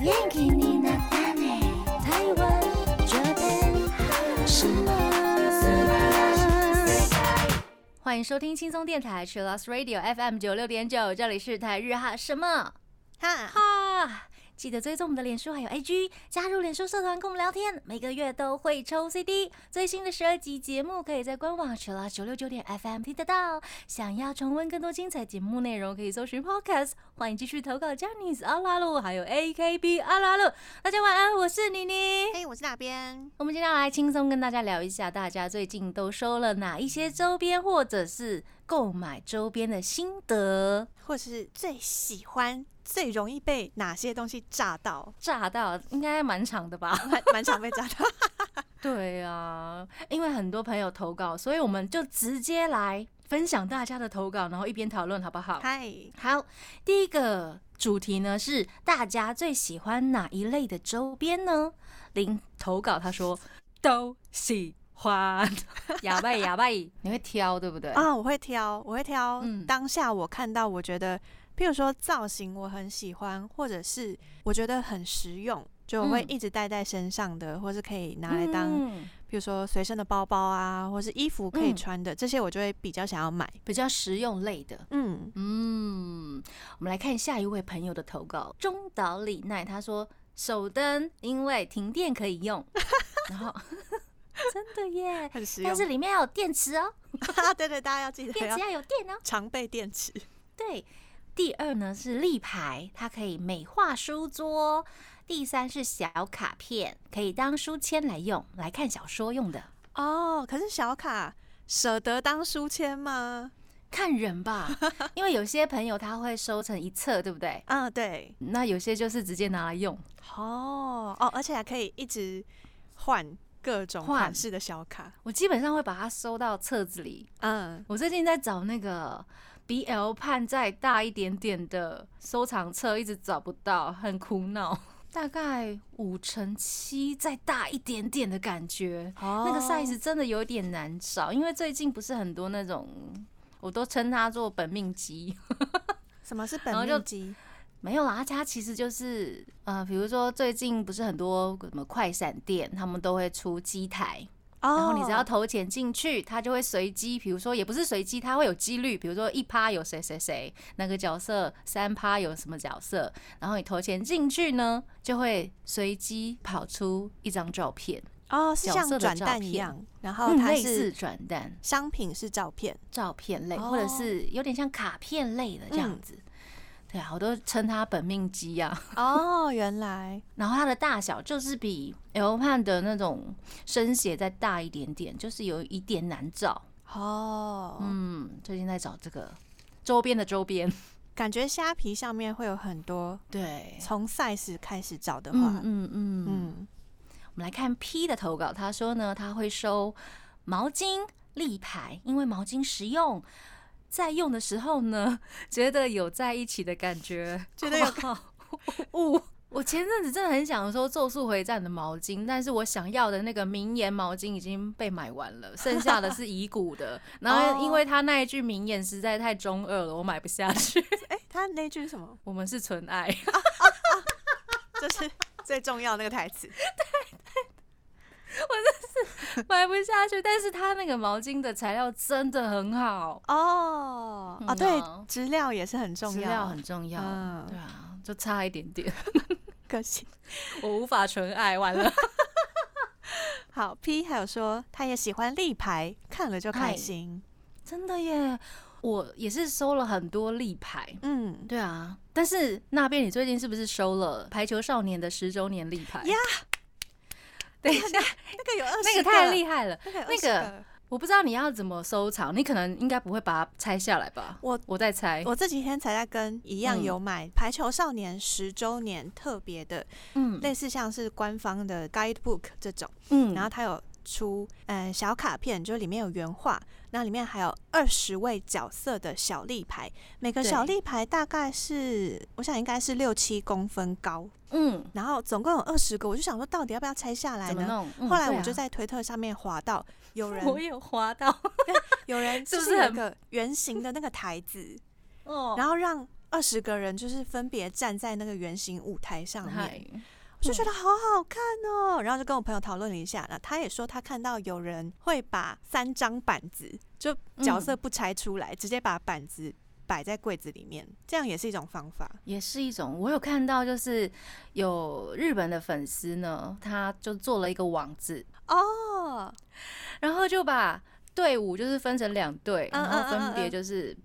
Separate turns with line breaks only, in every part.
元気になったね台湾 Japan 什么
欢迎收听轻松电台 c h i l l o s Radio FM 九六点九，这里是台日哈什么
哈，
哈。记得追踪我们的脸书还有 IG，加入脸书社团跟我们聊天，每个月都会抽 CD。最新的十二集节目可以在官网 c h i l l o s 九六九点 FM 听得到。想要重温更多精彩节目内容，可以搜寻 Podcast。欢迎继续投稿 j a n i c e 阿拉路还有 AKB 阿拉路。大家晚安，我是妮妮。
嘿，哎我是哪边？
我们今天要来轻松跟大家聊一下，大家最近都收了哪一些周边，或者是购买周边的心得？
或是最喜欢、最容易被哪些东西炸到？
炸到应该蛮长的吧？
蛮蛮常被炸到。
对啊，因为很多朋友投稿，所以我们就直接来分享大家的投稿，然后一边讨论好不 好？
嗨，
好，第一个主题呢是大家最喜欢哪一类的周边呢？零投稿他说 都喜欢， 哑巴哑巴，哦你会挑对不对？
啊，我会挑，我会挑。
嗯
当下我看到，我觉得，譬如说造型我很喜欢，或者是我觉得很实用，就我会
嗯
一直带在身上的，或是可以拿来当，
嗯
譬如说随身的包包啊，或是衣服可以
嗯
穿的，这些我就会比较想要买。
比较实用类的。
嗯，
嗯，我们来看下一位朋友的投稿，中岛李奈，他说手灯因为停电可以 用，然后真的耶，
很实用
但。是里面要有电池哦，
对对，大家要记得
电
要
池要有电哦。
常备电池。
对，第二呢是立牌，它可以美化书桌；第三是小卡片，可以当书签来用，来看小说用的。
哦，可是小卡舍得当书签吗？
看人吧， 因为有些朋友他会收成一册，对不嗯对？
啊，对，
那有些就是直接拿来用，
哦哦，而且还可以一直换各种
换
款式的小卡。
我基本上会把它收到册子里。
嗯，
我最近在找那个 BL 判再大一点点的收藏册，一直找不到，很苦恼。大概五乘七再大一点点的感觉，
哦
那个 size 真的有点难找，因为最近不是很多那种，我都称它做本命机。
什么是
然后
本
就
命机？
没有啦，它其实就是呃，比如说最近不是很多什么快闪店，他们都会出机台，
哦
然后你只要投钱进去，它就会随机，比如说也不是随机，它会有几率，比如说一趴有谁谁谁那个角色，三趴有什么角色，然后你投钱进去呢，就会随机跑出一张照片，
哦，是
角
像
色的
转
照
蛋
片
一样，然后
嗯，
哦它
类似
是
转蛋
商品是照 片。
照片类，
哦嗯
或者是有点像卡片类的这样子。对啊，我都称它本命机啊。
哦，原来
然后它的大小就是比 L 判的那种生写再大一点点，就是有一点难找。
哦，
嗯，最近在找这个周边的周 边。
感觉虾皮上面会有很多
对，
从 size 开始找的
嗯
话，
嗯嗯。
嗯，
我们来看 P 的投稿，他说呢，他会收毛巾、立牌，因为毛巾实用。在用的时候呢，觉得有在一起的感觉，
觉得有
哇
物
我前阵子真的很想说《咒术回战》的毛巾，但是我想要的那个名言毛巾已经被买完了，剩下的是遗骨 的。然
哦
后因为他那一句名言实在太中二了，我买不下去。
哎，它那句是什么？
我们是纯爱，
这 是最重要的那个台词。
买不下去。但是他那个毛巾的材料真的很好，
哦，啊，
嗯
对
啊，
质量也是很重
质
要，
料很重要。
嗯
对啊，就差一点点，
可惜。
我无法纯爱，完了。
好，P 还有说他也喜欢立牌，看了就开心。
真的耶，我也是收了很多立牌。
嗯，
对啊，但是那边你最近是不是收了排球少年的十周年立牌？
呀
等一下，
那个有二
那
十
个太厉害了，
那个有
那
20
个我不知道你要怎么收藏，你可能应该不会把它拆下来吧？
我
我在拆，
我这几天才在跟
嗯
一样有买《排球少年》十周年特别的，
嗯
类似像是官方的 guidebook 这种，
嗯
然后它有出嗯小卡片，就里面有原画，那里面还有二十位角色的小立牌，每个
对
小立牌大概是我想应该是六七公分高，
嗯，
然后总共有二十个，我就想说到底要不要拆下来
怎么
呢？
弄？嗯
后来
对
我 就
啊
在推特上面滑到有人
我有滑到
有人
是不
就是是有
很
一个圆形的那个台子，
哦，
然后让二十个人就是分别站在那个圆形舞台上面，
嗨，嗯
我就觉得好好看哦。然后就跟我朋友讨论了一下，那他也说他看到有人会把三张板子，就角
嗯
色不拆出来，直接把板子摆在柜子里面，这样也是一种方法。
也是一种。我有看到，就是有日本的粉丝呢，他就做了一个网子，
哦，
然后就把队伍就是分成两队，
嗯
然后
嗯嗯
分
嗯
别
嗯
就是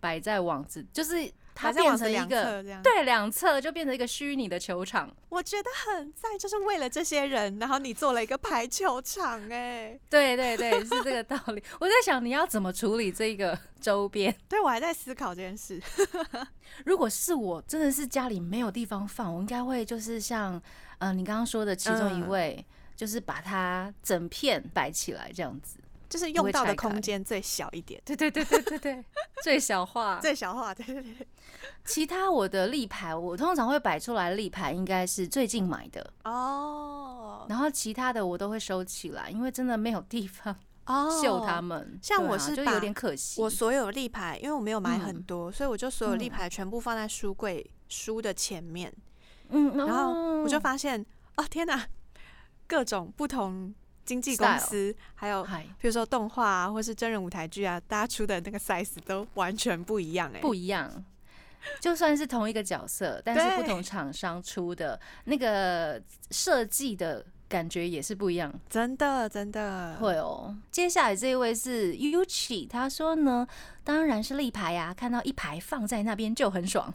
摆在网子，就是它
摆在
变
网子
成一
两
个
侧这样，
对两侧就变成一个虚拟的球场。
我觉得很赞，就是为了这些人，然后你做了一个排球场、 哎，
对对对，是这个道理。我在想你要怎么处理这个周边。
对我还在思考这件事。
如果是我，真的是家里没有地方放，我应该会就是像呃你刚刚说的其中一
嗯
位，就是把它整片摆起来这样子。
就是
不
用
会
到的
拆开
空间最小一点，
对对对对对对，最小化。
最小化，对对对对。
其他我的立牌，我通常会摆出来的立牌应该是最近买的，
哦
然后其他的我都会收起来，因为真的没有地方
哦
秀他。们。
像
对啊
我是
就
把
有点可惜。
我所有立牌，因为我没有买很
嗯
多，所以我就所有立
嗯
牌全部放在书柜书的前面，
嗯，
然后我就
发
发现，哦天哪，各种不同经纪公
Style
司，还有
嗨
比如说动画啊，或是真人舞台剧啊，大家出的那个 size 都完全不一样哎、
不一样。就算是同一个角色，但是不
对
同厂商出的那个设计的感觉也是不一样。
真的真的
会哦。接下来这一位是 Yuchi，他说呢，当然是立牌呀、看到一排放在那边就很爽，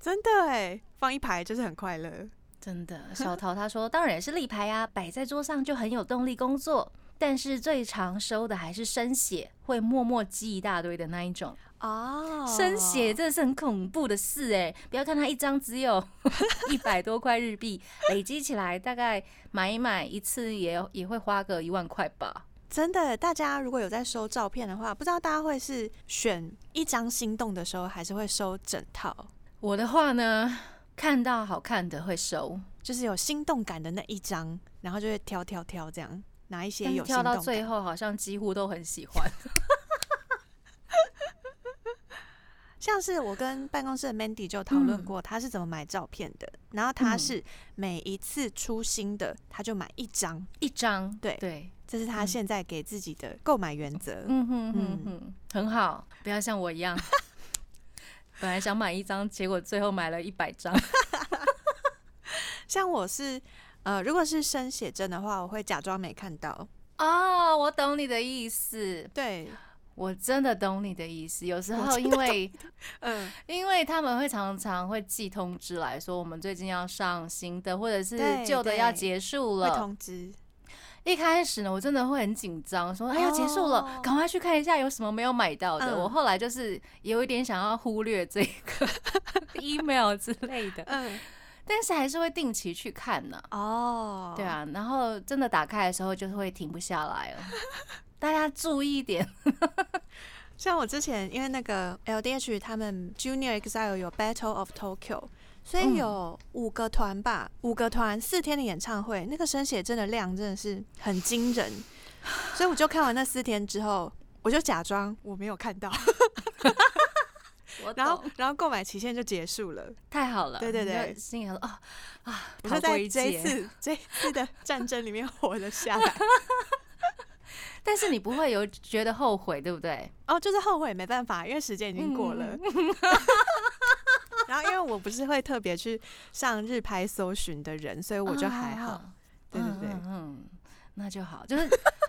真的哎、放一排就是很快乐。
真的。小桃他说，当然也是立牌呀、摆在桌上就很有动力工作。但是最常收的还是生写，会默默记一大堆的那一种。
哦
生写真的是很恐怖的事哎、不要看它一张只有 一百多块日币，累积起来大概买一买一次也也会花个一万块吧。
真的，大家如果有在收照片的话，不知道大家会是选一张心动的时候，还是会收整套，
我的话呢，看到好看的会收，
就是有心动感的那一张，然后就会挑挑挑这样，哪一些
但是
有心
跳
动
到
感？
最后好像几乎都很喜 欢。
像是我跟办公室的 Mandy 就讨论过，他是怎么买照片的，然后他
嗯
是每一次出新的，他就买一张，
一张，
对
对，
这是他
嗯
现在给自己的购买原则。
嗯哼哼哼，很好，不要像我一 样，本来想买一张，结果最后买了一百 张。
像我是，呃，如果是生写真的话，我会假装没看到。
哦，我懂你的意思，
对，
我真的懂你的意思。有时候因为
嗯，
因为他们会常常会寄通知来说，我们最近要上新的，或者是
对
旧的要
对
结束
会
了。
通知。
一开始呢，我真的会很紧张，说哎要结束了
哦，
赶快去看一下有什么没有买到的。
嗯
我后来就是有一点想要忽略这 个 email 之类的，
嗯，
但是还是会定期去看呢、
哦，
对，啊，然后真的打开的时候就会停不下来 了。大家注意一点，
像我之前因为那个 LDH 他们 Junior Exile 有 Battle of Tokyo，所
嗯
以有五个团吧，五个团四天的演唱会，那个声写真的量真的是很惊人，所以我就看完那四天之后，我就假装我没有 看到，
我
然后
懂
然后购买期限就结束了，
太好了，
对对
你就
对
心里想说哦啊，
我
逃
就
过
在
一
这一
劫。
次这一次的战争里面活了下来。
但是你不会有觉得后悔，对不 对？
哦，就是后悔没办法，因为时间已经过了。
嗯
然后因为我不是会特别去上日拍搜寻的人，所以我就还好。
啊
对对对
嗯嗯嗯，那就好，就是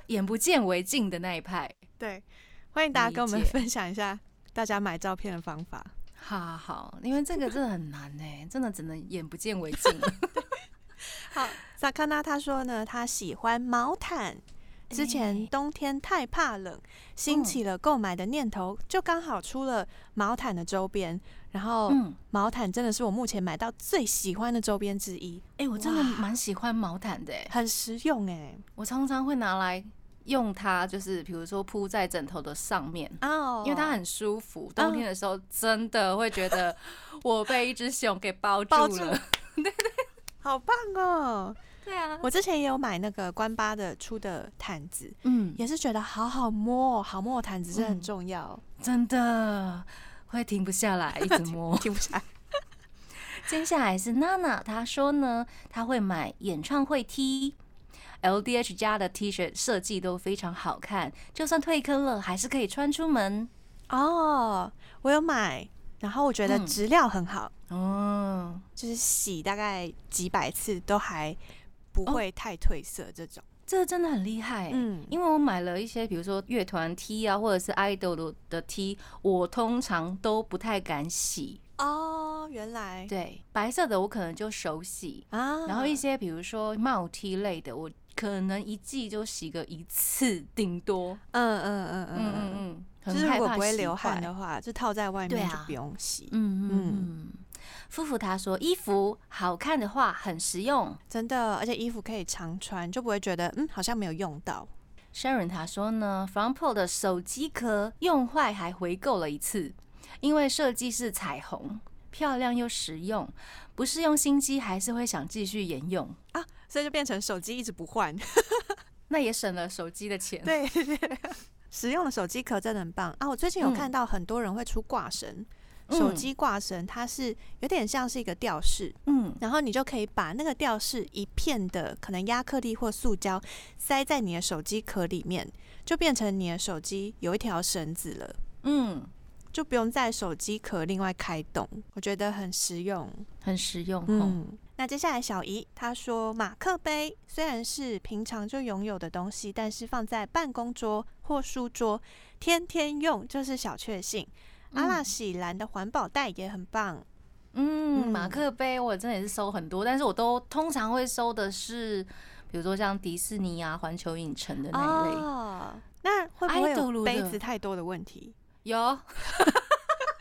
眼不见为净的那一 派。
对，欢迎大家跟我们
理解
分享一下大家买照片的方法。
好好好，因为这个真的很难呢、欸真的只能眼不见为净。
好，萨卡纳他说呢，他喜欢毛毯。之前
哎
冬天太怕冷，
嗯
兴起了购买的念头，就刚好出了毛毯的周边。然后
嗯，
毛毯真的是我目前买到最喜欢的周边之一，
哎、我真的
哇
蛮喜欢毛毯的、欸，
很实用哎、
我常常会拿来用它，就是比如说铺在枕头的上面。
哦
因为它很舒服，冬天的时候真的会觉得我被一只熊给包住
包
了。
住好棒哦！
对啊，
我之前也有买那个关八的出的毯子，
嗯，
也是觉得好好摸、哦，好摸的毯子真的很
嗯
重要。
真的，会停不下来，一直摸。
停不下来。
接下来是娜娜，她说呢，她会买演唱会 T。LDH 家的 T 恤设计都非常好看，就算退坑了，还是可以穿出门。
哦，我有买，然后我觉得
嗯
质量很好，
哦，
就是洗大概几百次都还不
哦
会太褪色这种。
这个真的很厉害、欸
嗯，
因为我买了一些，比如说乐团 T 啊，或者是 idol 的的 T，我通常都不太敢洗。
哦，原来
对，白色的我可能就手洗，
啊，
然后一些比如说帽 T 类的，我可能一季就洗个一次，顶多。
嗯嗯嗯
嗯嗯
嗯嗯
嗯，
嗯，
很
就是如
害
果
怕
不会
洗
流汗
坏
的话，就套在外
对
面就
啊
不用洗。
嗯嗯
嗯
嗯。夫妇他说，衣服好看的话很实用。
真的，而且衣服可以常穿，就不会觉得嗯好像没有用到。
Sharon 他说呢，FrontPro 的手机壳用坏还回购了一次，因为设计是彩虹，漂亮又实用，不是用心机还是会想继续沿用，
所以就变成手机一直不换，
那也省了手机的钱。
对， 实用的手机壳真的很棒啊！我最近有看到很多人会出挂绳，
嗯
手机挂绳它是有点像是一个吊饰，
嗯，
然后你就可以把那个吊饰一片的可能亚克力或塑胶塞在你的手机壳里面，就变成你的手机有一条绳子了。
嗯，
就不用在手机壳另外开洞，我觉得很实用。
很实用。嗯，
嗯，那接下来小姨她说，马克杯虽然是平常就拥有的东西，但是放在办公桌或书桌，天天用就是小确幸。阿拉喜兰的环保袋也很棒，
嗯，
嗯
马克杯我真的也是收很多，但是我都通常会收的是，比如说像迪士尼啊、环球影城的那一类。
哦那会不会
爱豆乳的
有杯子太多的问题？
有，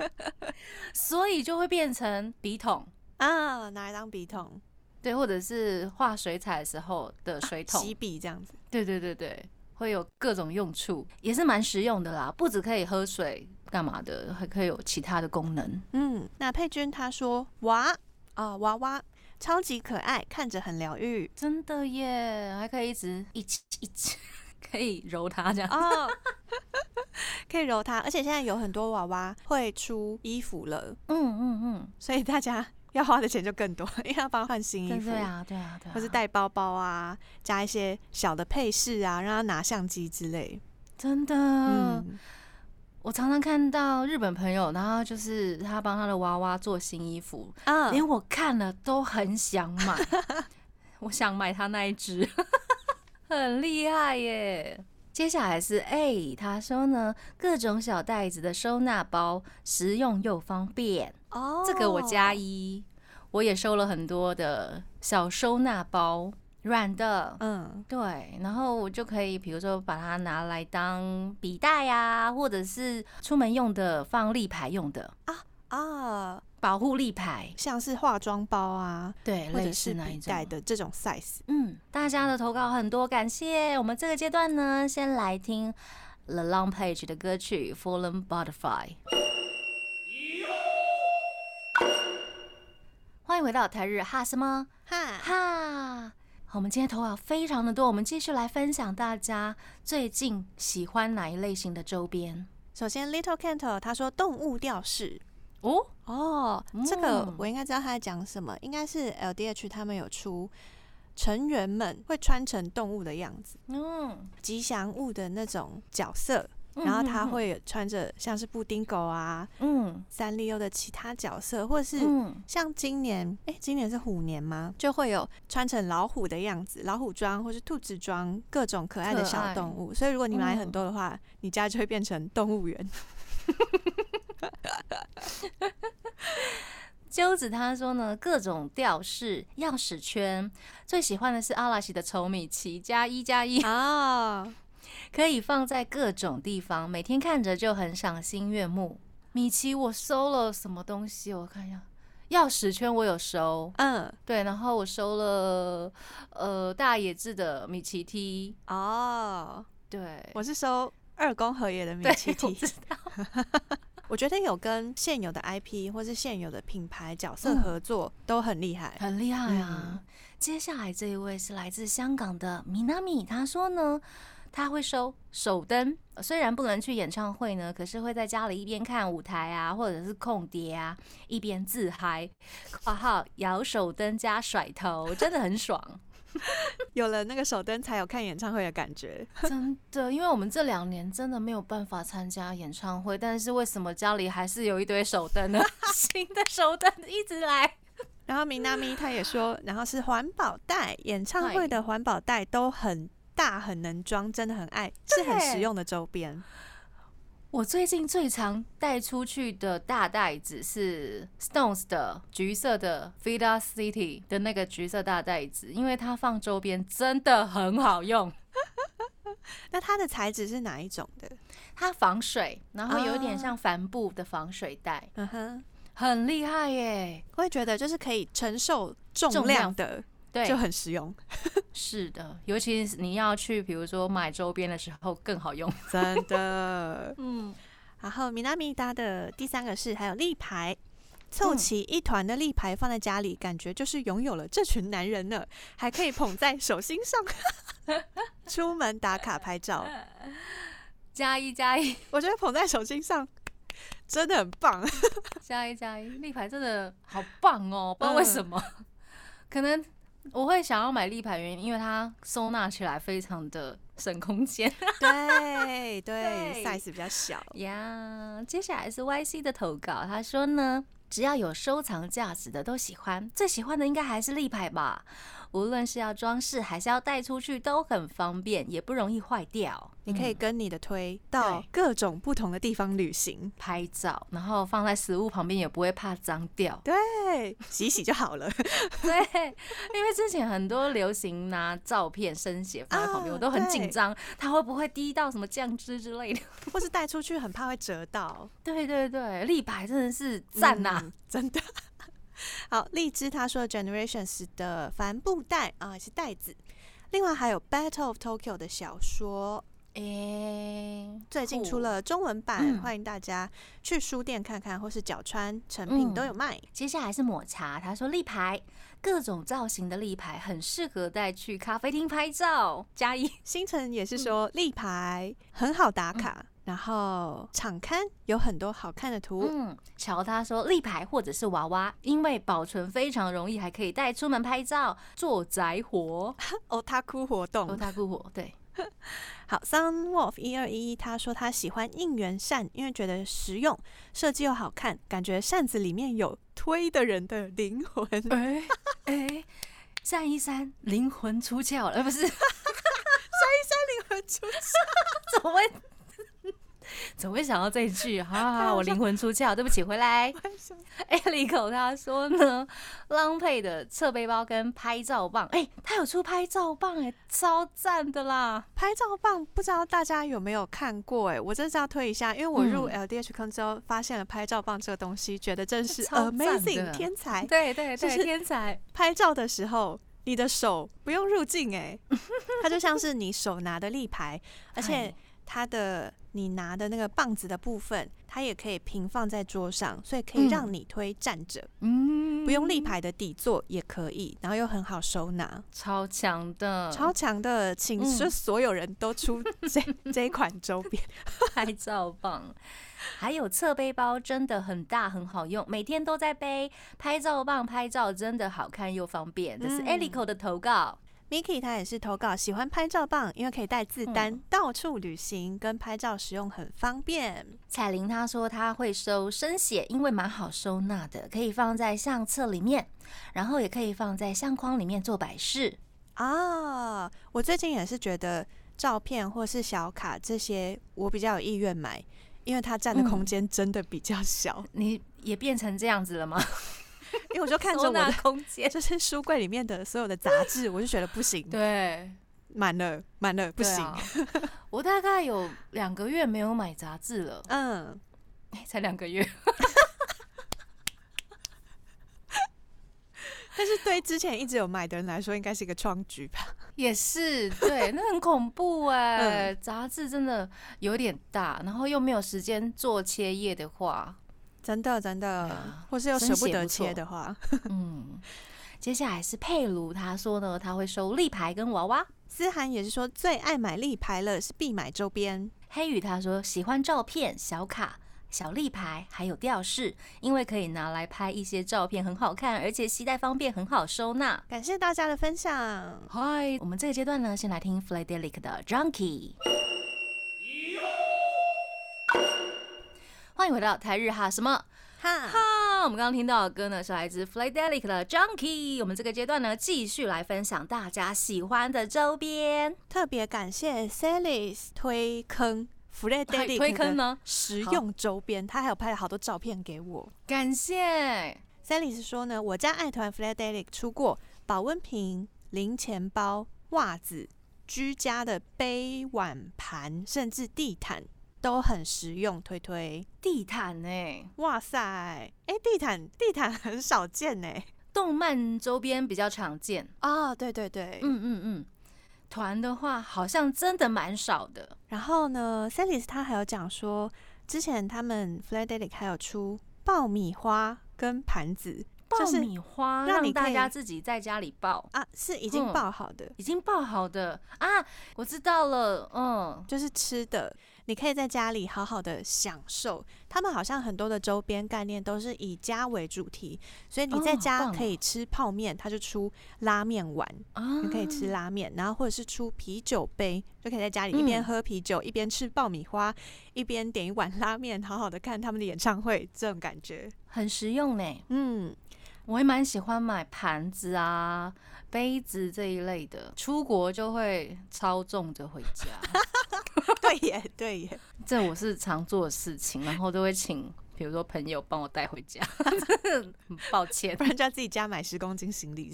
所以就会变成笔筒，
啊，拿来当笔筒、
对，或者是画水彩的时候的水桶，
洗笔这样子。
对对对对，会有各种用处，也是蛮实用的啦，不只可以喝水干嘛的，还可以有其他的功能。
嗯，那佩君她说娃啊、娃娃超级可爱，看着很疗愈。
真的耶，还可以一直啊一起一起， 可以揉它这样。
哦， 可以揉它，而且现在有很多娃娃会出衣服了，
嗯嗯嗯，
所以大家要花的钱就更多，因为要帮它换新衣
对
服，
对啊对啊对啊，
或是带包包啊，加一些小的配饰啊，让它拿相机之类。
真的。
嗯，
我常常看到日本朋友，然后就是他帮他的娃娃做新衣服，
啊
连我看了都很想 买，我想买他那一只，很厉害耶。接下来是 A，他说呢，各种小袋子的收纳包，实用又方便，
哦
这个我加一。我也收了很多的小收纳包，软的，
嗯，
对，然后我就可以，比如说把它拿来当笔袋呀、或者是出门用的，放立牌用的，嗯
啊，
保护立牌，
像是化妆包啊，
对，
或
类
者
似
是
那一
笔
种
袋的这种 size。
嗯，大家的投稿很多，感谢。我们这个阶段呢，先来听 The Long Page 的歌曲《Fallen Butterfly》。欢迎回到台日哈什么
哈，
哈？我们今天投稿非常的多，我们继续来分享大家最近喜欢哪一类型的周边
首先 Little Canto 他说动物吊饰，
哦。
哦，这个
嗯
我应该知道他在讲什么，应该是 LDH 他们有出成员们会穿成动物的样子，
嗯，
吉祥物的那种角色，
嗯
然后
嗯
他
嗯
会穿着像是布丁狗啊、
嗯
三丽鸥的其他角色，或者是。
嗯
像今年，哎、今年是虎年吗？就会有穿成老虎的样子，老虎装或是兔子装，各种可爱的
可
小
爱
动物。所以如果你买
嗯
很多的话，你家就会变成动 物园。
鸠子他说呢，各种吊饰、钥匙圈，最喜欢的是阿拉西的丑米奇加一加一，哦
啊，
可以放在各种地方，每天看着就很赏心悦目。米奇，我收了什么东西？我看一下，钥匙圈我有收，
嗯，
对，然后我收了呃大野智的米奇 T，
哦，
对，
我是收二宫和也的 米
对
奇
我
T，
知道，
我觉得有跟现有的 IP 或是现有的品牌角色合作都很厉 害。
很厉嗯害啊！接下来这一位是来自香港的米娜米，她说呢，他会收手灯，呃虽然不能去演唱会呢，可是会在家里一边看舞台啊，或者是空碟啊，一边自嗨。（括号摇手灯加甩头，真的很爽。
有了那个手灯，才有看演唱会的感觉。
真的，因为我们这两年真的没有办法参加演唱会，但是为什么家里还是有一堆手灯呢？ 新的手灯一直来。
然后米娜咪她 也说，然后是环保袋，演唱会的环保袋都很大，很能装，真的很爱，是很实用的周边。
我最近最常带出去的大袋子是 Stones 的橘色的 Vida City 的那个橘色大袋子，因为它放周边真的很好用，
那它的材质是哪一种的？
它防水，然后有
啊
点像帆布的防水袋，
嗯哼，
很厉害耶。
我也觉得就是可以承受重
重
量
量
的，
对，
就很 实用，
是的，尤其是你要去，比如说买周边的时候更好用。
真的。
嗯，
然后米娜米搭的第三个是还有立牌。凑齐一团的立牌放在家里，感觉就是拥有了这群男人呢，还可以捧在手心上， 出门打卡拍 照。
加一加一
我觉得捧在手心上 真的很棒。
加一加一，立牌真的好棒 哦！不知道为什么，可能我会想要买立牌，原因因为它收纳起来非常的省空间
对对嗯
对
，size 比较小。
呀。接下来是 Y C 的投稿，他说呢。只要有收藏价值的都喜欢，最喜欢的应该还是立牌吧。无论是要装饰还是要带出去，都很方便，也不容易坏掉。
你可
以。
以跟你的推到
对
各种不同的地方旅行，。
拍照，然后放在食物旁边也不会怕脏掉
对，洗洗就好 了。
对，因为之前很多流行拿照片生写放在旁边，
啊
我都很
对
紧张，它会不会滴到什么酱汁之 类的？
或是带出去很怕会折到，
对对对，立牌真的是赞呐、
嗯真的。 好，荔枝他说 Generations 的帆布袋啊、是袋子，另外还有 Battle of Tokyo 的小说，
诶、
嗯最近
酷
出。了中文版，
嗯
欢迎大家去书店看看，或是角川成品都有卖。
接下来是抹茶，他说立牌，各种造型的立牌很适合带去咖啡厅拍照。加一，
星辰也是
嗯
说立牌很好打卡，然后场刊有很多好看的图。
嗯，乔他说立牌或者是娃娃，因为保存非常容易，还可以带出门拍照，做宅活。
哦，他哭活
哦，
动
大姑婆，对，
好，Sun Wolf 一二一一，他说他喜欢应援扇，因为觉得实用，设计又好看，感觉扇子里面有推的人的灵魂。
哎哎，扇一扇，灵魂出窍了，呃不是， 怎么会？怎么会想到这一句？哈、啊，我灵魂出窍，对不起，回来。艾利口他说呢，浪配的侧背包跟拍照棒，哎、他有出拍照棒、哎，超赞的啦！
拍照棒，不知道大家有没有看过、哎，我真是要推一下，因为我入
嗯
LDH 坑之后，发现了拍照棒这个东西，觉得真 是
超赞的
amazing 天才。
对对
就
对，
是
天才，
拍照的时候，你的手不用入镜，哎， 它就像是你手拿的立牌，而且
哎
它的你拿的那个棒子的部分，它也可以平放在桌上，所以可以
嗯
让你推站着，
嗯
不用立，牌的底座也可以，然后又很好收纳，
超强的，
超强的，请
嗯
就所有人 都出这、这一款周边，
拍照棒，还有侧背包真的很大，很好用，每天都在背。拍照棒拍照真的好看又方便，这是
嗯
Elico 的投稿。
Miki 他也是投稿喜欢拍照棒，因为可以带自
嗯
单、到处旅行，跟拍照使用很方便。
彩玲她说她会收生写，因为蛮好收纳的，可以放在相册里面，然后也可以放在相框里面做摆饰。
啊，我最近也是觉得照片或是小卡这些，我比较有意愿买，因为它占的空
嗯
间真的比较小。
你也变成这样子了吗？
因为我就 看着
收
我
纳
的，
空间。
就是书柜里面的所有的杂志，我就觉得不行，
对，
满了，满了，不
对
行。
啊 我大概有两个月没有买杂志了，
嗯，
哎才两个月。
但是对之前一直有买的人来说，应该是一个创举吧？
也是，对，那很恐怖哎、杂志真的有点大，然后又没有时间做切页的话，
真的，真的，
对啊
或是又
生
舍不
写
得
不错
切的话，
嗯。接下来是佩鲁，他说呢，他会收立牌跟娃娃，
思涵也是说最爱买立牌了，是必买周边。
黑羽他说喜欢照片、小卡、小立牌，还有吊饰，因为可以拿来拍一些照片，很好看，而且携带方便，很好收纳。
感谢大家的分享。
嗨，我们这个阶段呢，先来听 Fladelic 的 Junkie。欢迎回到台日哈什么
哈，
哈？我们刚刚听到的歌呢，是来自 Fladelic 的 Junkie。我们这个阶段呢，继续来分享大家喜欢的周边。
特别感谢 Salis 推坑 f r e d e r i
推坑呢？
实用周边，他还有拍了好多照片给我。
感谢
Sally 是说呢，我家爱团 Frederic 出过保温瓶、零钱包、袜子、居家的杯碗盘，甚至地毯都很实用，推推。
地毯呢、
哇塞，哎、地毯地毯很少见呢、
动漫周边比较常见。
哦，对对对，
嗯嗯嗯，团的话好像真的蛮少的。
然后呢，Sally 他还有讲说，之前他们 Frederic 还有出爆米花跟盘子
爆
就是
米花
让
让
你可
大
以
家自己在家里爆，
啊，是已经
嗯
爆好的。
已经爆好的啊！我知道了，嗯，
就是吃的，你可以在家里好好的享受。他们好像很多的周边概念都是以家为主题，所以你在
哦好
家
棒哦
可以吃泡面，它就出拉面碗，
啊
你可以吃拉面，然后或者是出啤酒杯，就可以在家里一边
嗯
喝啤酒，一边吃爆米花，一边点一碗拉面，好好的看他们的演唱会，这种感觉。
很实用呢。
嗯，
我也蛮喜欢买盘子啊、杯子这一类的，出国就会超重的回家，
对耶，对耶，
这我是常做的事情，然后都会请。比如说朋友帮我带回家， 很抱歉
不，然就要自己家买十公斤行李。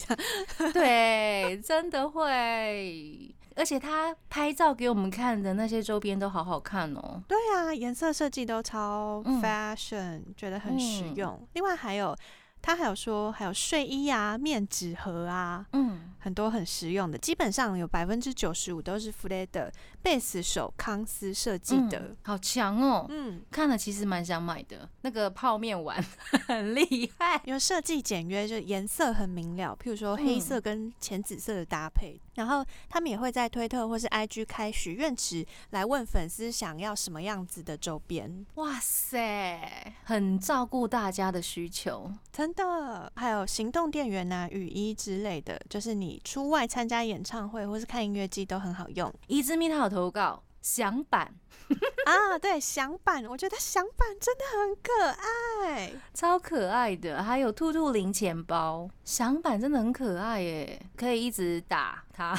对，真的会。而且他拍照给我们看的那些周边都好好看哦。
对啊，颜色设计都超
嗯
fashion，、觉得很实
嗯
用。另外还有，他还有说还有睡衣啊、面纸盒啊，
嗯，
很多很实用的。基本上有百分之九十五都是 f l e 的贝斯手康斯设计的
嗯。好强哦。
嗯
看了其实蛮想买的，那个泡面碗很厉害。
有设计简约，就颜色很明了，譬如说黑色
嗯
跟浅紫色的搭配。然后他们也会在推特或是 IG 开许愿池，来问粉丝想要什么样子的周边。
哇塞，很照顾大家的需求。
真的，还有行动电源呐、雨衣之类的，就是你出外参加演唱会或是看音乐季都很好用
伊之蜜他有投稿响版，
啊。对，响板，我觉得响板真的很可爱。
超可爱的，还有兔兔零钱包，响版真的很可爱耶，可以一直打它。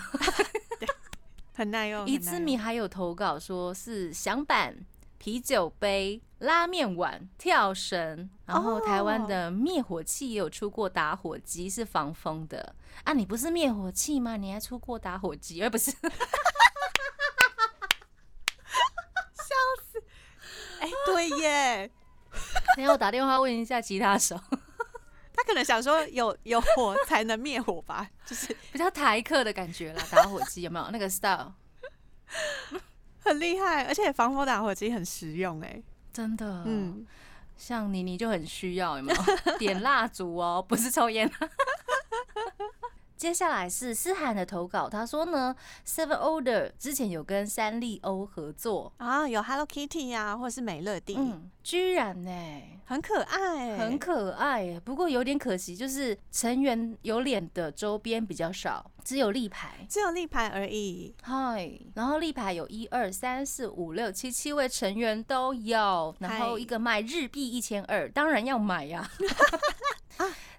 很耐用，
伊
哦很耐
之
用
米还有投稿说是响板、啤酒杯、拉面碗、跳绳，然后
哦
台湾的灭火器也有出过打火机，是防风的啊！你不是灭火器吗？你还出过打火机？哎，不是，
哎、对 耶，
等一下我打电话问一下吉他手，
他可能想说有有火才能灭火吧，就是
比较台客的感觉啦。打火机有没有那个 style？
很厉害，而且防火打火机很实用哎。
真的，嗯，
嗯，
像妮妮就很需要，有没有？ 点蜡烛哦，不是抽烟。 接下来是思涵的投稿，他说呢，Seven Order 之前有跟三丽鸥合作，
啊，有 Hello Kitty 啊，或是美乐蒂，
嗯，居然呢、
很可爱，
很。可爱耶，不过有点可惜，就是成员有脸的周边比较少，只有立牌。
只有立牌而已，
嗨，然后立牌有一二三四五六七七位成员都有，然后
嗨
一个卖日币一千二，当然要买啊呀、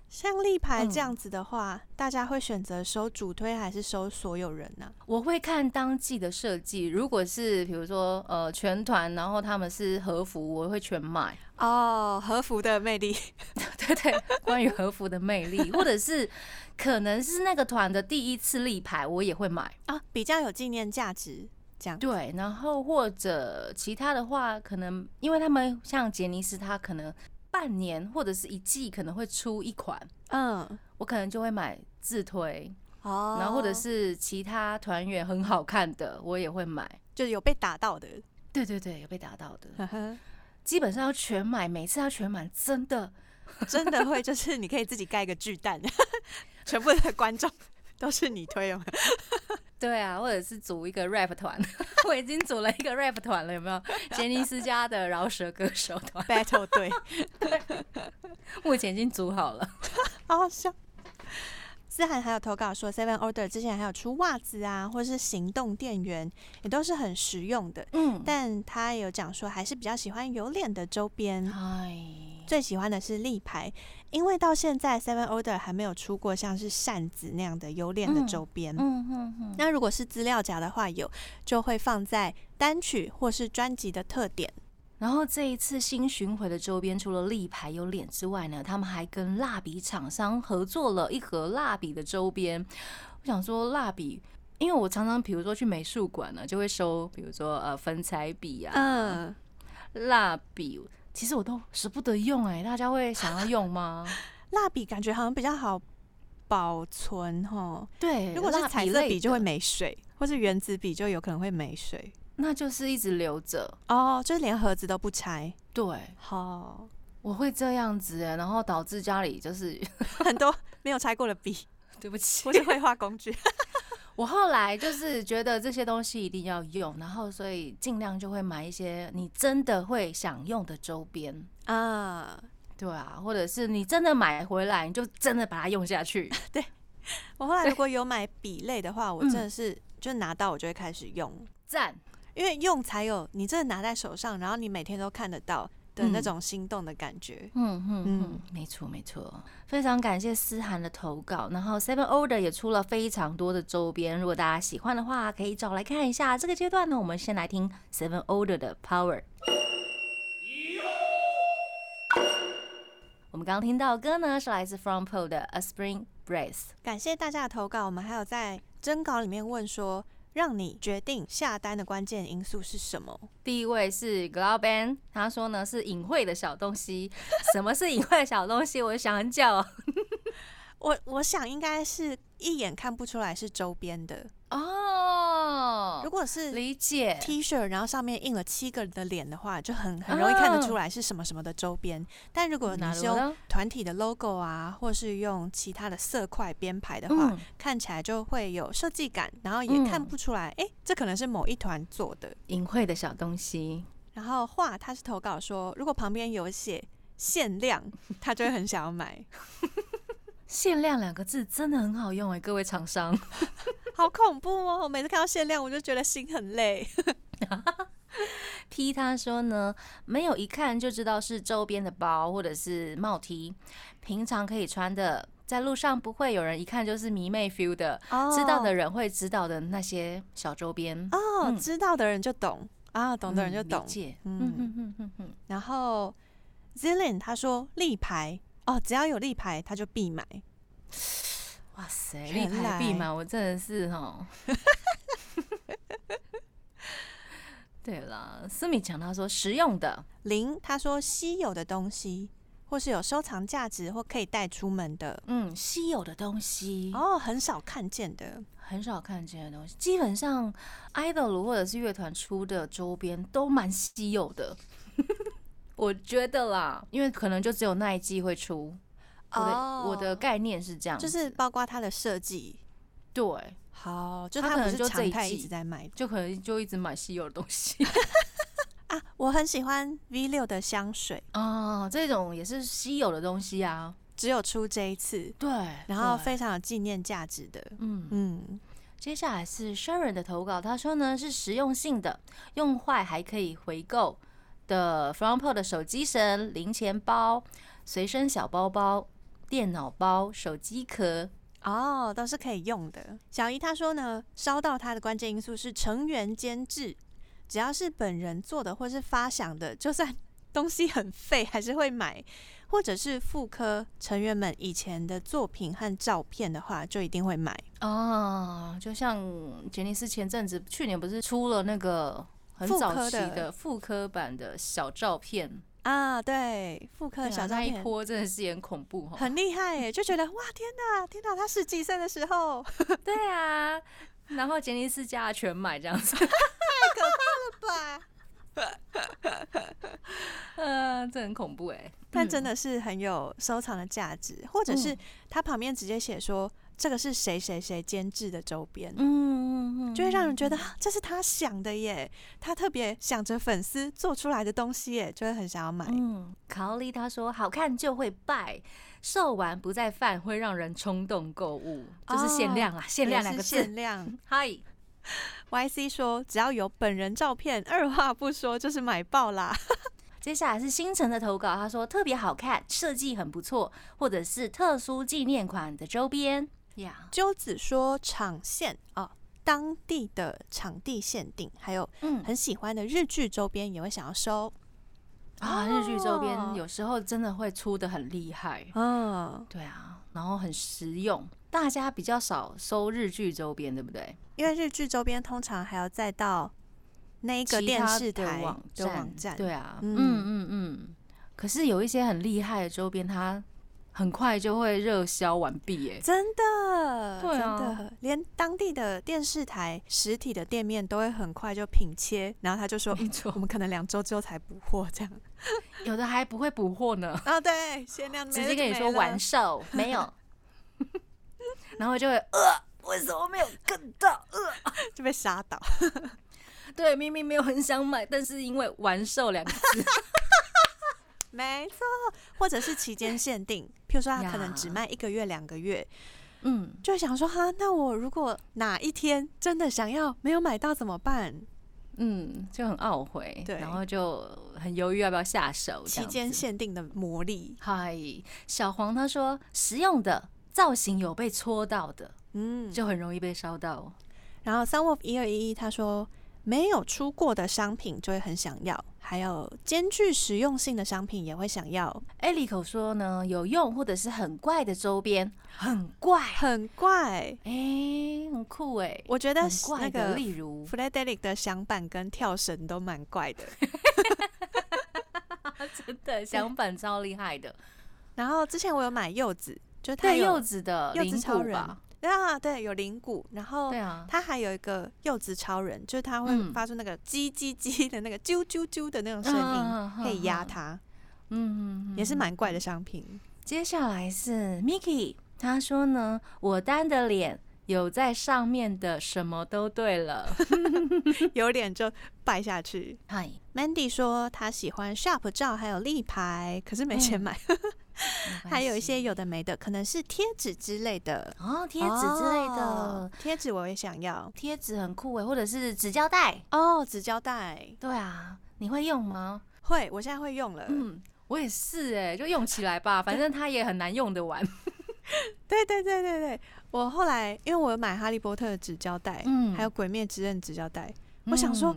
像立牌
嗯
这样子的话，大家会选择收主推还是收所有人呢、
我会看当季的设计，如果是比如说呃全团，然后他们是和服，我会全买。
哦，和服的魅力
对对，关于和服的魅力，或者是可能是那个团的第一次立牌，我也会买。
啊，比较有纪念价值。这样
对，然后或者其他的话，可能因为他们像杰尼斯，他可能半年或者是一季可能会出一款，
嗯，
我可能就会买自推，
哦，
然后或者是其他团员很好看的，我也会买。
就有被打到的，
对对对，有被打到的。
呵呵
基本上要全买，每次要全买，真的
真的会就是 你可以自己盖一个巨蛋，全部的观众都是你推哦，
对啊，或者是组一个 rap 团， 我已经组了一个 rap 团了，有没 有？杰尼斯家的饶舌歌手团，
battle 队，
目前已经组好了。
好好笑。思涵还有投稿说，Seven Order 之前还有出袜子啊，或是行动电源，也都是很实用的。
嗯，
但他有讲说，还是比较喜欢有脸的周边，
哎，
最喜欢的是立牌，因为到现在 Seven Order 还没有出过像是扇子那样的有脸的
嗯
周边。
嗯嗯嗯，
那如果是资料夹的话，有就会放在单曲或是专辑的特点。
然后这一次新巡回的周边，除了立牌有脸之外呢，他们还跟蜡笔厂商合作了一盒蜡笔的周边。我想说蜡笔，因为我常常比如说去美术馆呢，就会收，比如说呃粉彩笔啊、
嗯，
蜡笔，其实我都舍不得用哎、大家会想要用 吗？
蜡笔感觉好像比较好保存哈，
对，
如果是
蜡
彩色
类
笔就会
的，
没水，或是原子笔就有可能会没水。
那就是一直留着。
哦，就是连盒子都不拆。
对，
好、
我会这样子、欸，然后导致家里就是
很多没有拆过的笔
对不起
或，是绘画工具。
我后来就是觉得这些东西一定要用，然后所以尽量就会买一些你真的会想用的周边，
啊，
对啊，或者是你真的买回来，你就真的把它用下去。
我后来如果有买笔类的话，我真的是就拿到我就会开始用，
赞，
因为用才有你真的拿在手上，然后你每天都看得到的那
嗯
种心动的感觉。
嗯嗯嗯
嗯，
没错没错，非常感谢思涵的投稿，然后 Seven Order 也出了非常多的周边，如果大家喜欢的话，可以找来看一下。这个阶段呢，我们先来听 Seven Order 的 Power。我们刚刚听到的歌呢，是来自 From p o 的 A Spring Breath。
感谢大家的投稿，我们还有在征稿里面问说，让你决定下单的关键因素是什么？
第一位是 Glauben，他说呢是隐晦的小东西。 什么是隐晦的小东西？我想很久哦。
我我想应该是一眼看不出来是周边的，如
哦，
果是
理解。
T 恤，然后上面印了七个人的脸的话，就很很容易看得出来是什么什么的周边。但如果你是
なる
用
ほど
团体的 logo 啊，或是用其他的色块编排的话，
嗯
看起来就会有设计感，然后也
嗯
看不出来，诶，这可能是某一团做的。
隐晦的小东西。
然后画他是投稿说，如果旁边有写限量，他就会很想要买，
限量两个字真的很好用哎，各位厂商。
好恐怖哦！我每次看到限量，我就觉得心很累。
P 他说呢，没有一看就知道是周边的包或者是帽 T，平常可以穿的，在路上不会有人一看就是迷妹 feel 的，
哦
知道的人会知道的那些小周边。
哦，
嗯
知道的人就懂啊，懂的人
嗯
就懂
理。解。嗯
嗯
嗯嗯嗯嗯，
然后 Zilin 他说立牌哦，只要有立牌他就必买。
哇塞，立
原
牌币
来
嘛，我真的是 哦。对啦，思敏讲到说实用的，
零他说稀有的东西，或是有收藏价值或可以带出门的，
嗯，稀有的东西，
哦，很少看见的。
很少看见的东西，基本上 idol 或者是乐团出的周边都蛮稀有 的，我觉得啦，因为可能就只有那一季会出。我的、我的概念哦是这样子，
就是包括它的设计，
对，
好，就
他
它
可
不
能
是
就这
常
一
态一
季
直在卖
就可能就一直买稀有的东西
啊。我很喜欢 V 六的香水，
哦，这种也是稀有的东西啊，
只有出这一次，
对，
然后
对
非常有纪念价值的。
嗯，
嗯，
接下来是 Sharon 的投稿，他说呢是实用性的，用坏还可以回购的 Frompo 的手机绳、零钱包、随身小包包、电脑包、手机壳。
哦，都是可以用的。小姨她说呢，烧到她的关键因素是成员监制，只要是本人做的或是发想的，就算 东西很废，还是会买，或者是复刻成员们以前的作品和照片的话，就一定会买。
哦，就像杰尼斯前阵子去年不是出了那个很
复
早
刻
期
的
的复刻版的小照片，
啊，对，复刻
对
的
啊
小照
那一
片。
波真的是也很恐怖哦 哈。
很厉害耶，就觉得哇天哪，天哪，他十几岁的时候
对啊，然后杰尼斯家的全买这样 子，
吧，
呃，这很恐怖哎、
但真的是很有收藏的价值，或
嗯
者是他旁边直接写说这个是谁谁谁监制的周边，
嗯嗯嗯
就会让人觉得
嗯嗯
啊这是他想的耶，他特别想着粉丝做出来的东西耶，就会很想要买。
嗯，考利他说好看就会败，售完不再犯，会让人冲动购物，就是限量啊，限量
也
两
是
个字
限。量。
嗨，
YC 说，只要有本人照片，二话不说就是买 爆啦。
接下来是星辰的投稿，他说特别好看，设计很不错，或者是特殊纪念款的周边呀。
鸠子说，场线哦，当地的场地限定，还有
嗯，
很喜欢的日剧周边也会想要收。
啊，日剧周边
哦
有时候真的会出的很厉害，
嗯，
对啊，然后很实用，大家比较少收日剧周边，对不对？
因为日剧周边通常还要再到那一个
其
电
他
视
的
台
网
的网站，
对啊，嗯
嗯
嗯嗯。可是有一些很厉害的周边，它很快就会热销完毕，哎，
真的，
对啊
真的，连当地的电视台实体的店面都会很快就品切，然后他就说，
没
嗯
错
我们可能两周之后才补货这样。
有的还不会补货呢，
啊，对，限量没
直
了
接
就
跟你
没
说
了
完售没 有，然后就会呃，为什么没有跟到？呃，
就被杀倒。
对，明明没有很想买，但是因为完售两个字，
没错，或者是期间限定，譬如说他可能只
呀
卖一个月、两个月，
嗯，
就会想说哈，那我如果哪一天真的想要没有买到怎么办？
嗯，就很懊悔，
对
然后就很犹豫要不要下手。这
期
样
间
子
限定的魔力，
嗨，小黄他说实用的造型有被戳到的，
嗯，
就很容易被烧到。哦
然后 Sunwolf 一二一一他说没有出过的商品就会很想要，还有兼具实用性的商品也会想要，
艾利口说呢，有用或者是很怪的周边，很怪，
很怪。
哎、很酷哎、
我觉得
很
那
怪的，
个
例 如
f r e d e r i c 的响板跟跳绳都蛮怪的。
真 的想板超厉害的，
然后之前我有买柚子，就它
对
有
柚子的
柚子
灵
超
骨
人
吧，
啊，对，有灵骨，然后
对啊，
它还有一个柚子超人，就是它
嗯
会发出那个叽叽叽的那个啾啾啾的那种哦声音，
嗯
可以压，
嗯
它，
嗯嗯嗯
也是
嗯
蛮怪的 商品。
接下来是 Miki，他说呢，我单的脸有在上面的什么都对 了。
有点就败下去。
嗨，
Mandy 说她喜欢 Shop 照还有立牌，可是没钱买，
没关
嗯 还有一些
系
有的没的，可能是贴纸之类的，
哦贴纸之类的
哦，贴纸我也想要
贴纸很酷哎，或者是纸胶带。
哦，纸胶带
对啊，你会用吗？
会，我现在会用了。
嗯，我也是哎，就用起来吧，反正它也很难用得完。
对对对对对，我后来因为我有买哈利波特的纸胶带，
嗯
还有鬼灭之刃纸胶带，我想说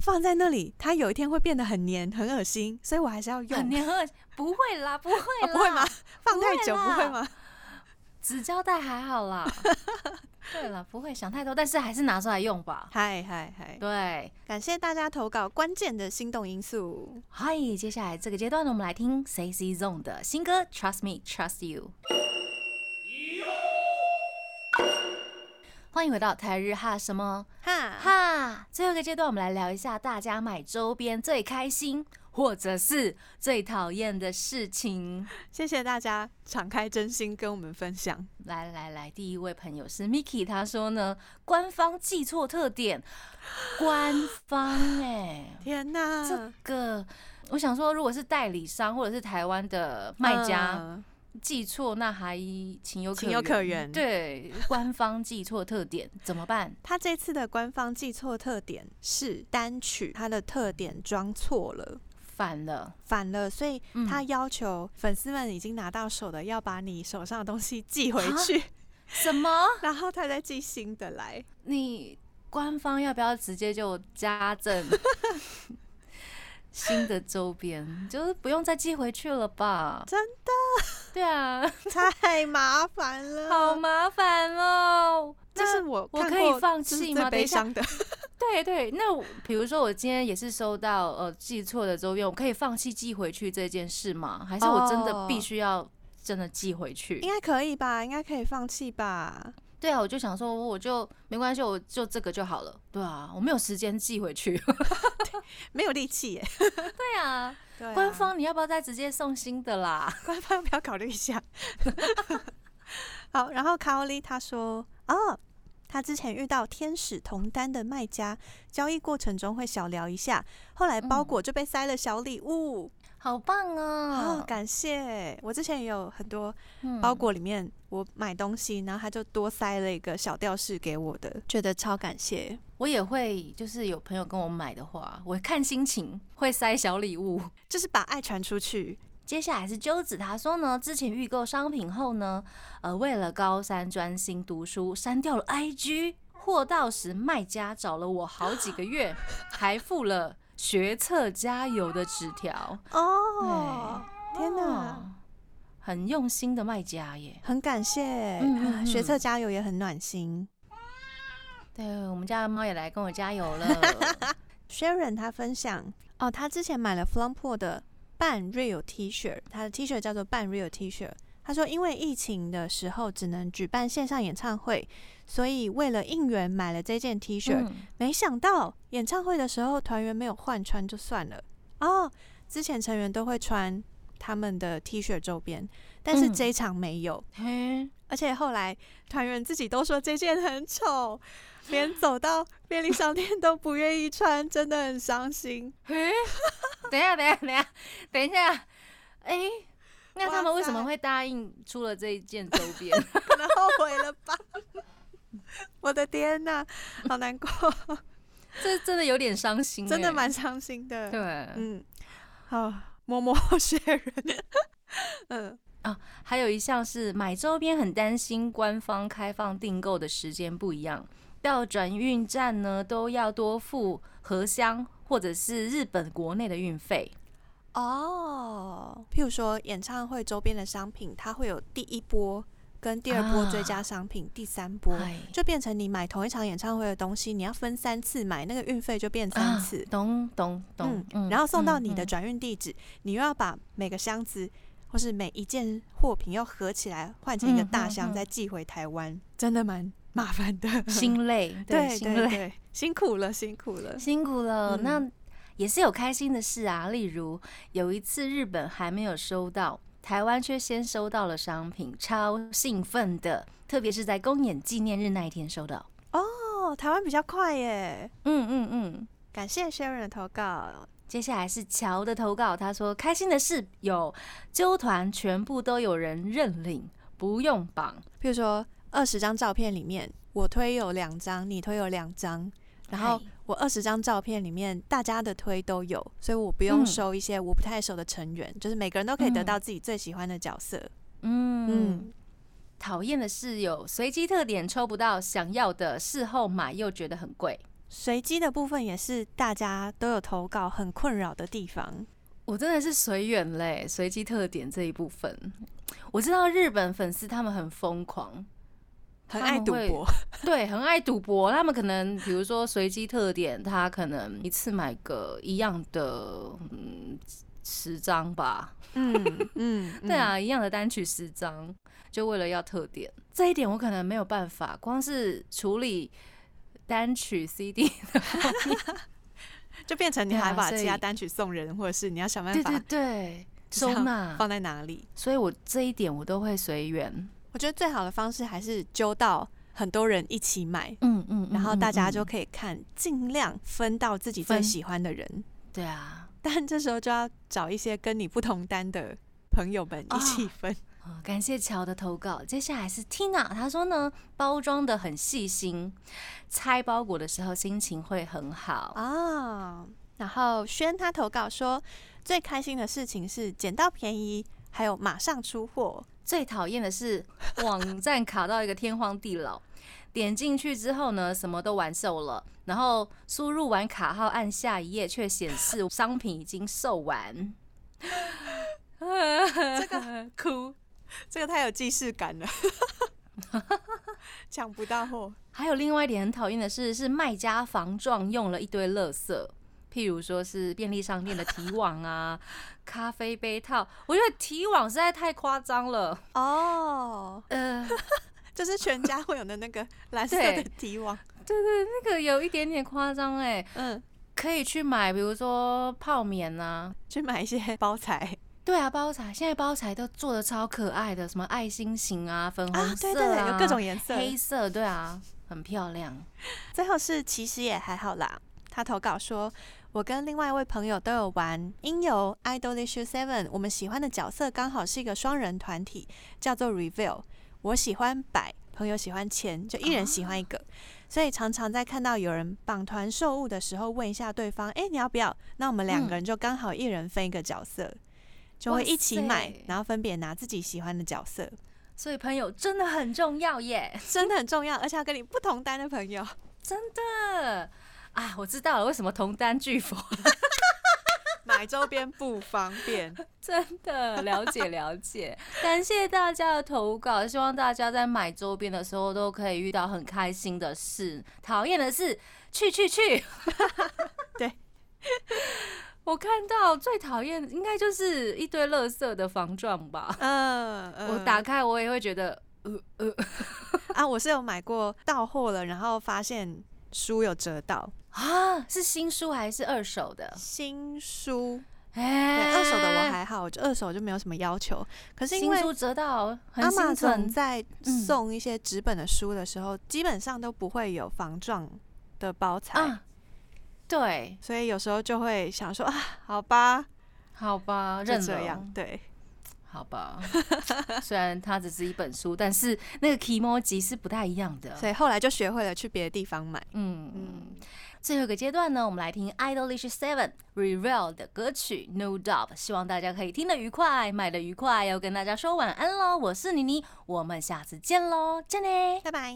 放在那里，它有一天会变得很黏，很恶心，所以我还是要
嗯
用。
很黏很不会啦，哦不会
啊
啦，
不会 吗？？放太久
不会
不
啦
会吗？
纸胶带还好啦。 对了，不会想太多，但是还是拿出来用吧。
嗨嗨嗨！
对，
感谢大家投稿关键的心动因素。
嗨，接下来这个阶段呢，我们来听 C C Zone 的新歌《Trust Me Trust You》。欢迎回到台日哈什么
哈哈，
哈？最后一个阶段，我们来聊一下大家买周边最开心或者是最讨厌的事情。
谢谢大家敞开真心跟我们分享。
来来来，第一位朋友是 Miki，他说呢，官方记错特点，官方哎、
天哪，
这个我想说，如果是代理商或者是台湾的卖家。
嗯
记错那还情有可
情有可原
对，官方记错特点怎么办？
他这次的官方记错特点是单曲，它的特点装错了。
反了，
反了，所以
嗯
他要求粉丝们已经拿到手的，要把你手上的东西寄回去，
什么？
然后他再寄新的来。
你官方要不要直接就加赠新的周边？ 就是不用再寄回去了吧？
真
的？对啊，
太麻烦了，
好麻烦哦。
这是我
我
看
可以
过
放
就是
弃
最
吗等一
悲
下
伤的，
对对，那我比如说我今天也是收到呃寄错的周边，我可以放弃寄回去这件事吗？还是我真的
哦
必须要真的寄回去？
应该可以吧？应该可以放弃吧？
对啊，我就想说，我就没关系，我就这个就好了。对啊，我没有时间寄回去。
没有力气耶。
对啊，
对 啊
官方你要不要再直接送新的啦？
官 方要不要考虑一下？好，然后卡欧利他说，哦，他之前遇到天使同单的卖家，交易过程中会小聊一下，后来包裹就被塞了小礼物，
好棒
哦，
哦！
感谢！我之前也有很多
嗯
包裹里面我买东西，然后他就多塞了一个小吊饰给我的，觉得超感谢。
我也会，就是有朋友跟我买的话，我看心情会塞小礼物。
就是把爱传出去，
接下来是鸠子，他说呢，之前预购商品后呢，呃，为了高三专心读书，删掉了 IG。货到时卖家找了我好几个 月，还附了学测加油的纸条。
哦，天哪，
哦，很用心的卖家耶！
很感谢，
嗯嗯
学测加油也很暖心。
对我们家的猫也来跟我加油 了。
Sharon 她分享哦，她之前买了 Flumpo 的半 real T 恤，她的 T 恤叫做半 real T 恤。她说，因为疫情的时候只能举办线上演唱会，所以为了应援买了这件 T 恤。
嗯
没想到演唱会的时候团员没有换穿就算了哦，之前成员都会穿他们的 T 恤周边，但是
嗯
这一场没有。
嘿，
而且后来团员自己都说这件很丑，连走到便利商店都不愿意穿，真的很伤心。
嘿， 等一下，等一下，等一下，等一下，哎、那他们为什么
哇塞
会答应出了这一件周边？
可能后悔了吧？ 我的天呐，好 难过，
这真的有点伤心、
真的
哎
蛮伤心的。
对，
嗯，好，摸摸雪人， 嗯，
还有一项是买周边很担心官方开放订购的时间不一样，到转运站呢都要多付盒箱或者是日本国内的运费。
哦，譬如说演唱会周边的商品，它会有第一波跟第二波
啊
追加商品，第三波。
哎
就变成你买同一场演唱会的东西，你要分三次买，那个运费就变三次
啊、，懂懂懂
嗯，，然后送到
嗯
你的
嗯
转运地址，你又要把每个箱子或是每一件货品要合起来换成一个
嗯
大
嗯
箱，
嗯
再寄回台湾，真 的蛮麻烦的。
心 累，
对
心
对
累，
对，辛苦了，辛苦 了。
辛苦了。
嗯
那也是有开心的事啊，例如有一次日本还没有收到，台湾却先收到了商品，超兴奋的，特别是在公演纪念日那一天收到。
哦，台湾比较快耶，
嗯嗯嗯。
感谢 Sharon 的投稿。
接下来是乔的投稿，他说开心的事有纠团全部都有人认领，不用绑。
譬如说，二十张照片里面，我推有两张，你推有两张，然后
嗨
我二十张照片里面大家的推都有，所以我不用
嗯
收一些我不太熟的成员，就是每个人都可以得
嗯
到自己最喜欢的角色。
嗯
嗯，
讨厌的室友，随机特点抽不到想要的，事后买又觉得很贵。
随机的部分也是大家都有投稿很困扰的地方。
我真的是随缘嘞，随机特点这一部分，我知道日本粉丝他们很疯狂，他
很
们
爱赌
会
博，
对，很爱赌博。他们可能比如说随机特点，他可能一次买个一样的，嗯，十张吧，
嗯 嗯，
对啊，一样的单曲十张，就为了要特点，这一点我可能没有办法，光是处理单曲 CD，
嗯，就变成你还
对啊
把
所以
其他单曲送人，或者是你要想办
对对
法
对，
就是
收
要
纳，
放在哪里。
所以我这一点我都会随缘，
我觉得最好的方式还是揪到很多人一起买，
嗯嗯，
然后大家就
嗯嗯
可以看，尽量分到自己最
分
喜欢的人。
对啊，
但这时候就要找一些跟你不同单的朋友们一起分。
哦感谢乔的投稿，接下来是 Tina，她说呢，包装的很细心，拆包裹的时候心情会很好，
啊。然后轩他投稿说，最开心的事情是捡到便宜，还有马上出 货。
最讨厌的是网站卡到一个天荒地老， 点进去之后呢，什么都完售了，然后输入完卡号按下一页，却显示商品已经售完。这个哭。
这个太有既视感 了，抢不到货。
还有另外一点很讨厌的是，是卖家防撞用了一堆垃圾。譬如说是便利商店的提网啊， 咖啡杯套，我觉得提网实在太夸张了。
哦，
呃，
就是全家会有的那 个蓝色的
对
提网，
对对，那个有一点点夸张哎。
嗯，
可以去买，比如说泡棉呐、
去买一些包材
对啊，包材现在包材都做的超可爱的，什么爱心型啊、粉红色
对对对，有各种颜色，
黑色，对啊，很漂亮。
最后是其实也还好啦。他投稿说，我跟另外一位朋友都有玩音游 Idolish Seven，我们喜欢的角色刚好是一个双人团体，叫做 Reveal。我喜欢白，朋友喜欢钱，就一人喜欢一个。所以常常在看到有人绑团售物的时候，问一下对方：“哎、你要不要？”那我们两个人就刚好一人分一个角色，就会一起
哇
买
塞，
然后分别拿自己喜欢的角色，
所以朋友真的很重要耶，
真的很重要。而且要跟你不同单的朋友，
真的。啊，我知道了，为什么同担巨佛？
买周边不方便。
真的了解了解， 感谢大家的投稿，希望大家在买周边的时候都可以遇到很开心的事，讨厌的事去去去。
对，
我看到最讨厌应该就是一堆垃圾的防撞吧，
嗯，
我
嗯
打开我也会觉得呃呃
啊，我是有买过到货了，然后发现书有折到
啊，是新书还是二手的？
新书，对
哎
二手的我还好，我就二手就没有什么要求。可是因
新
为
书折到很
阿玛
心
总
疼，
在
嗯
送一些纸本的书的时候，基本上都不会有防撞的包材，
啊，对，
所以有时候就会想说啊，好吧，
好吧，
就
认
这
了
样，对，
好吧， 虽然它只是一本书，但是那个 k i m o j i 是不太一样的。
所以后来就学会了去别的地方买。
嗯嗯。最后一个阶段呢，我们来听 Idolish Seven Reveal 的歌曲 No Doubt，希望大家可以听得愉快，买得愉快。要跟大家说晚安喽，我是妮妮，我们下次见喽，再见。
拜拜。